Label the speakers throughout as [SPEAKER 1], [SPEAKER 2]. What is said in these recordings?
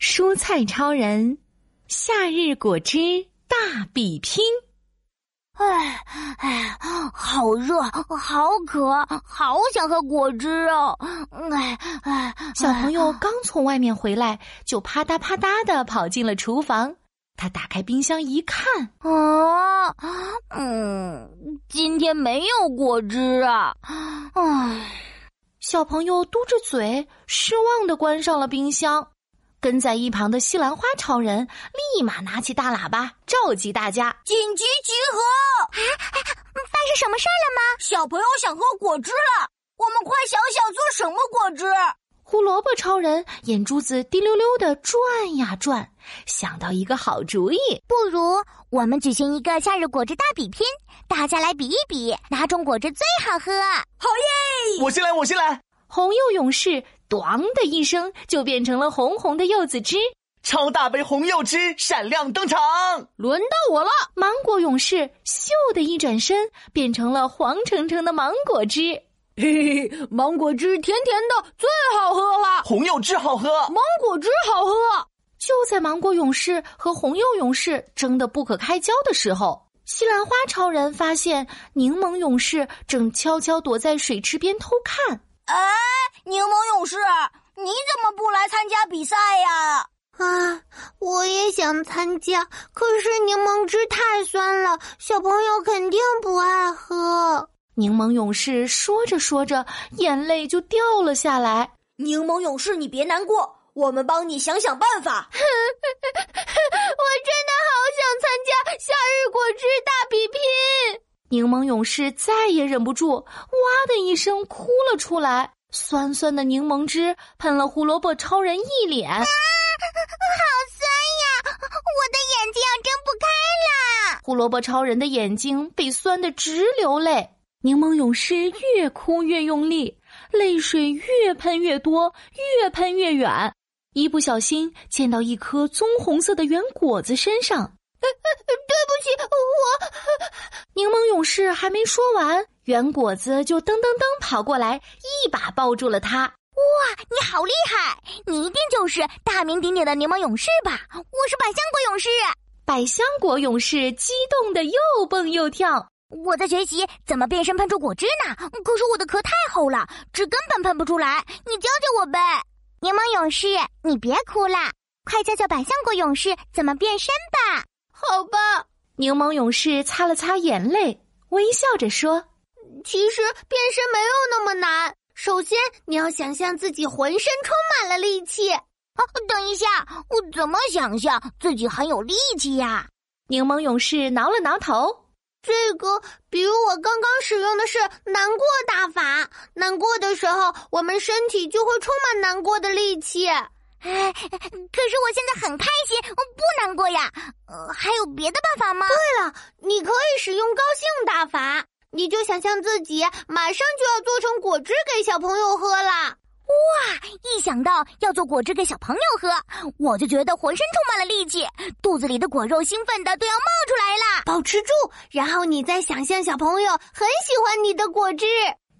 [SPEAKER 1] 蔬菜超人，夏日果汁大比拼。
[SPEAKER 2] 哎哎，好热，好渴，好想喝果汁哦！哎哎，
[SPEAKER 1] 小朋友刚从外面回来，就啪嗒啪嗒的跑进了厨房。他打开冰箱一看，
[SPEAKER 2] 啊，嗯，今天没有果汁啊！唉，
[SPEAKER 1] 小朋友嘟着嘴，失望的关上了冰箱。跟在一旁的西兰花超人立马拿起大喇叭，召集大家
[SPEAKER 2] 紧急集合！
[SPEAKER 3] 啊，哎发生什么事儿了吗？
[SPEAKER 2] 小朋友想喝果汁了，我们快想想做什么果汁。
[SPEAKER 1] 胡萝卜超人眼珠子滴溜溜的转呀转，想到一个好主意。
[SPEAKER 3] 不如我们举行一个夏日果汁大比拼，大家来比一比哪种果汁最好喝。
[SPEAKER 2] 好耶！
[SPEAKER 4] 我先来，我先来。
[SPEAKER 1] 红柚勇士“咣”的一声就变成了红红的柚子汁，
[SPEAKER 4] 超大杯红柚汁闪亮登场。
[SPEAKER 5] 轮到我了！
[SPEAKER 1] 芒果勇士“咻”的一转身变成了黄澄澄的芒果汁，
[SPEAKER 5] 嘿嘿，芒果汁甜甜的，最好喝了。
[SPEAKER 4] 红柚汁好喝，
[SPEAKER 5] 芒果汁好喝。
[SPEAKER 1] 就在芒果勇士和红柚勇士争得不可开交的时候，西兰花超人发现柠檬勇士正悄悄躲在水池边偷看。
[SPEAKER 2] 哎，柠檬勇士，你怎么不来参加比赛呀？
[SPEAKER 6] 啊，我也想参加，可是柠檬汁太酸了，小朋友肯定不爱喝。
[SPEAKER 1] 柠檬勇士说着说着，眼泪就掉了下来。
[SPEAKER 2] 柠檬勇士，你别难过，我们帮你想想办法。
[SPEAKER 3] 我真的好想参加夏日果汁大比拼。
[SPEAKER 1] 柠檬勇士再也忍不住，哇的一声哭了出来。酸酸的柠檬汁喷了胡萝卜超人一脸。啊，好
[SPEAKER 3] 酸呀！我的眼睛要睁不开了。
[SPEAKER 1] 胡萝卜超人的眼睛被酸得直流泪。柠檬勇士越哭越用力，泪水越喷越多，越喷越远。一不小心溅到一颗棕红色的圆果子身上。
[SPEAKER 3] 对不起，我
[SPEAKER 1] 柠檬勇士还没说完，圆果子就噔噔噔跑过来，一把抱住了他。
[SPEAKER 3] 哇，你好厉害！你一定就是大名鼎鼎的柠檬勇士吧？我是百香果勇士。
[SPEAKER 1] 百香果勇士激动的又蹦又跳。
[SPEAKER 3] 我在学习怎么变身喷出果汁呢，可是我的壳太厚了，纸根本喷不出来。你教教我呗，
[SPEAKER 6] 柠檬勇士，你别哭了，快教教百香果勇士怎么变身吧。
[SPEAKER 3] 好吧，
[SPEAKER 1] 柠檬勇士擦了擦眼泪，微笑着说：“
[SPEAKER 6] 其实变身没有那么难。首先，你要想象自己浑身充满了力气。
[SPEAKER 3] 啊，等一下，我怎么想象自己很有力气呀、啊？”
[SPEAKER 1] 柠檬勇士挠了挠头：“
[SPEAKER 6] 这个，比如我刚刚使用的是难过大法。难过的时候，我们身体就会充满难过的力气。”
[SPEAKER 3] 哎，可是我现在很开心，我不难过呀。呃，还有别的办法吗？
[SPEAKER 6] 对了，你可以使用高兴大法，你就想象自己马上就要做成果汁给小朋友喝啦。
[SPEAKER 3] 哇，一想到要做果汁给小朋友喝，我就觉得浑身充满了力气，肚子里的果肉兴奋的都要冒出来了。
[SPEAKER 6] 保持住，然后你再想象小朋友很喜欢你的果汁。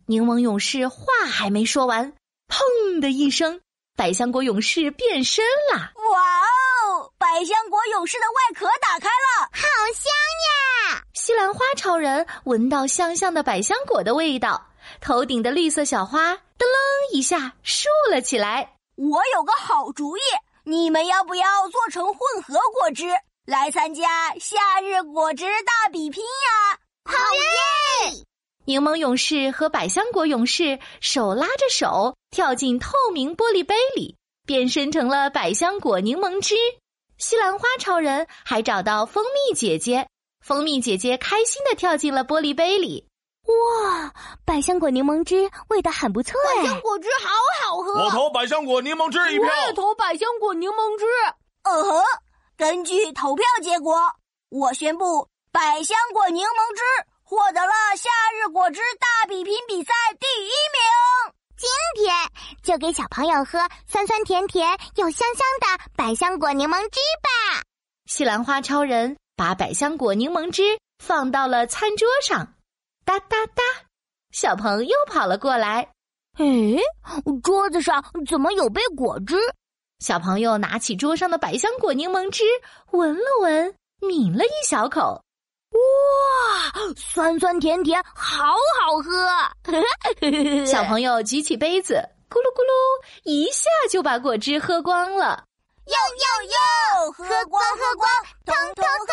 [SPEAKER 1] 柠檬勇士话还没说完，砰的一声。百香果勇士变身啦！
[SPEAKER 2] 哇哦，百香果勇士的外壳打开了，
[SPEAKER 3] 好香呀！
[SPEAKER 1] 西兰花超人闻到香香的百香果的味道，头顶的绿色小花噔楞一下竖了起来。
[SPEAKER 2] 我有个好主意，你们要不要做成混合果汁来参加夏日果汁大比拼呀？
[SPEAKER 3] 好耶！
[SPEAKER 1] 柠檬勇士和百香果勇士手拉着手跳进透明玻璃杯里，变身成了百香果柠檬汁。西兰花超人还找到蜂蜜姐姐，蜂蜜姐姐开心的跳进了玻璃杯里。
[SPEAKER 3] 哇，百香果柠檬汁味道很不错
[SPEAKER 6] 哎！百香果汁好好喝。
[SPEAKER 7] 我投百香果柠檬汁一票。
[SPEAKER 5] 我也投百香果柠檬汁。
[SPEAKER 6] 哦
[SPEAKER 2] 嗯哼，根据投票结果，我宣布百香果柠檬汁。获得了夏日果汁大比拼比赛第一名。
[SPEAKER 3] 今天就给小朋友喝酸酸甜甜又香香的百香果柠檬汁吧！
[SPEAKER 1] 西兰花超人把百香果柠檬汁放到了餐桌上，哒哒哒，小朋友跑了过来。
[SPEAKER 3] 诶，桌子上怎么有杯果汁？
[SPEAKER 1] 小朋友拿起桌上的百香果柠檬汁，闻了闻，抿了一小口。
[SPEAKER 3] 酸酸甜甜，好好 喝。
[SPEAKER 1] 小朋友举起杯子，咕噜咕噜，一下就把果汁喝光了。
[SPEAKER 2] 哟哟哟，喝光喝光，通通喝